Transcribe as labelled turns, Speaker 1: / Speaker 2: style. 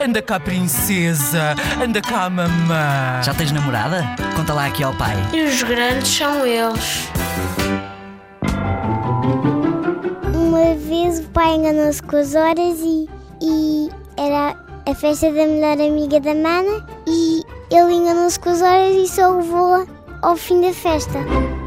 Speaker 1: Anda cá, princesa. Anda cá, mamã.
Speaker 2: Já tens namorada? Conta lá aqui ao pai.
Speaker 3: E os grandes são eles.
Speaker 4: Uma vez o pai enganou-se com as horas e, e era a festa da melhor amiga da Mana e ele enganou-se com as horas e só levou-a ao fim da festa.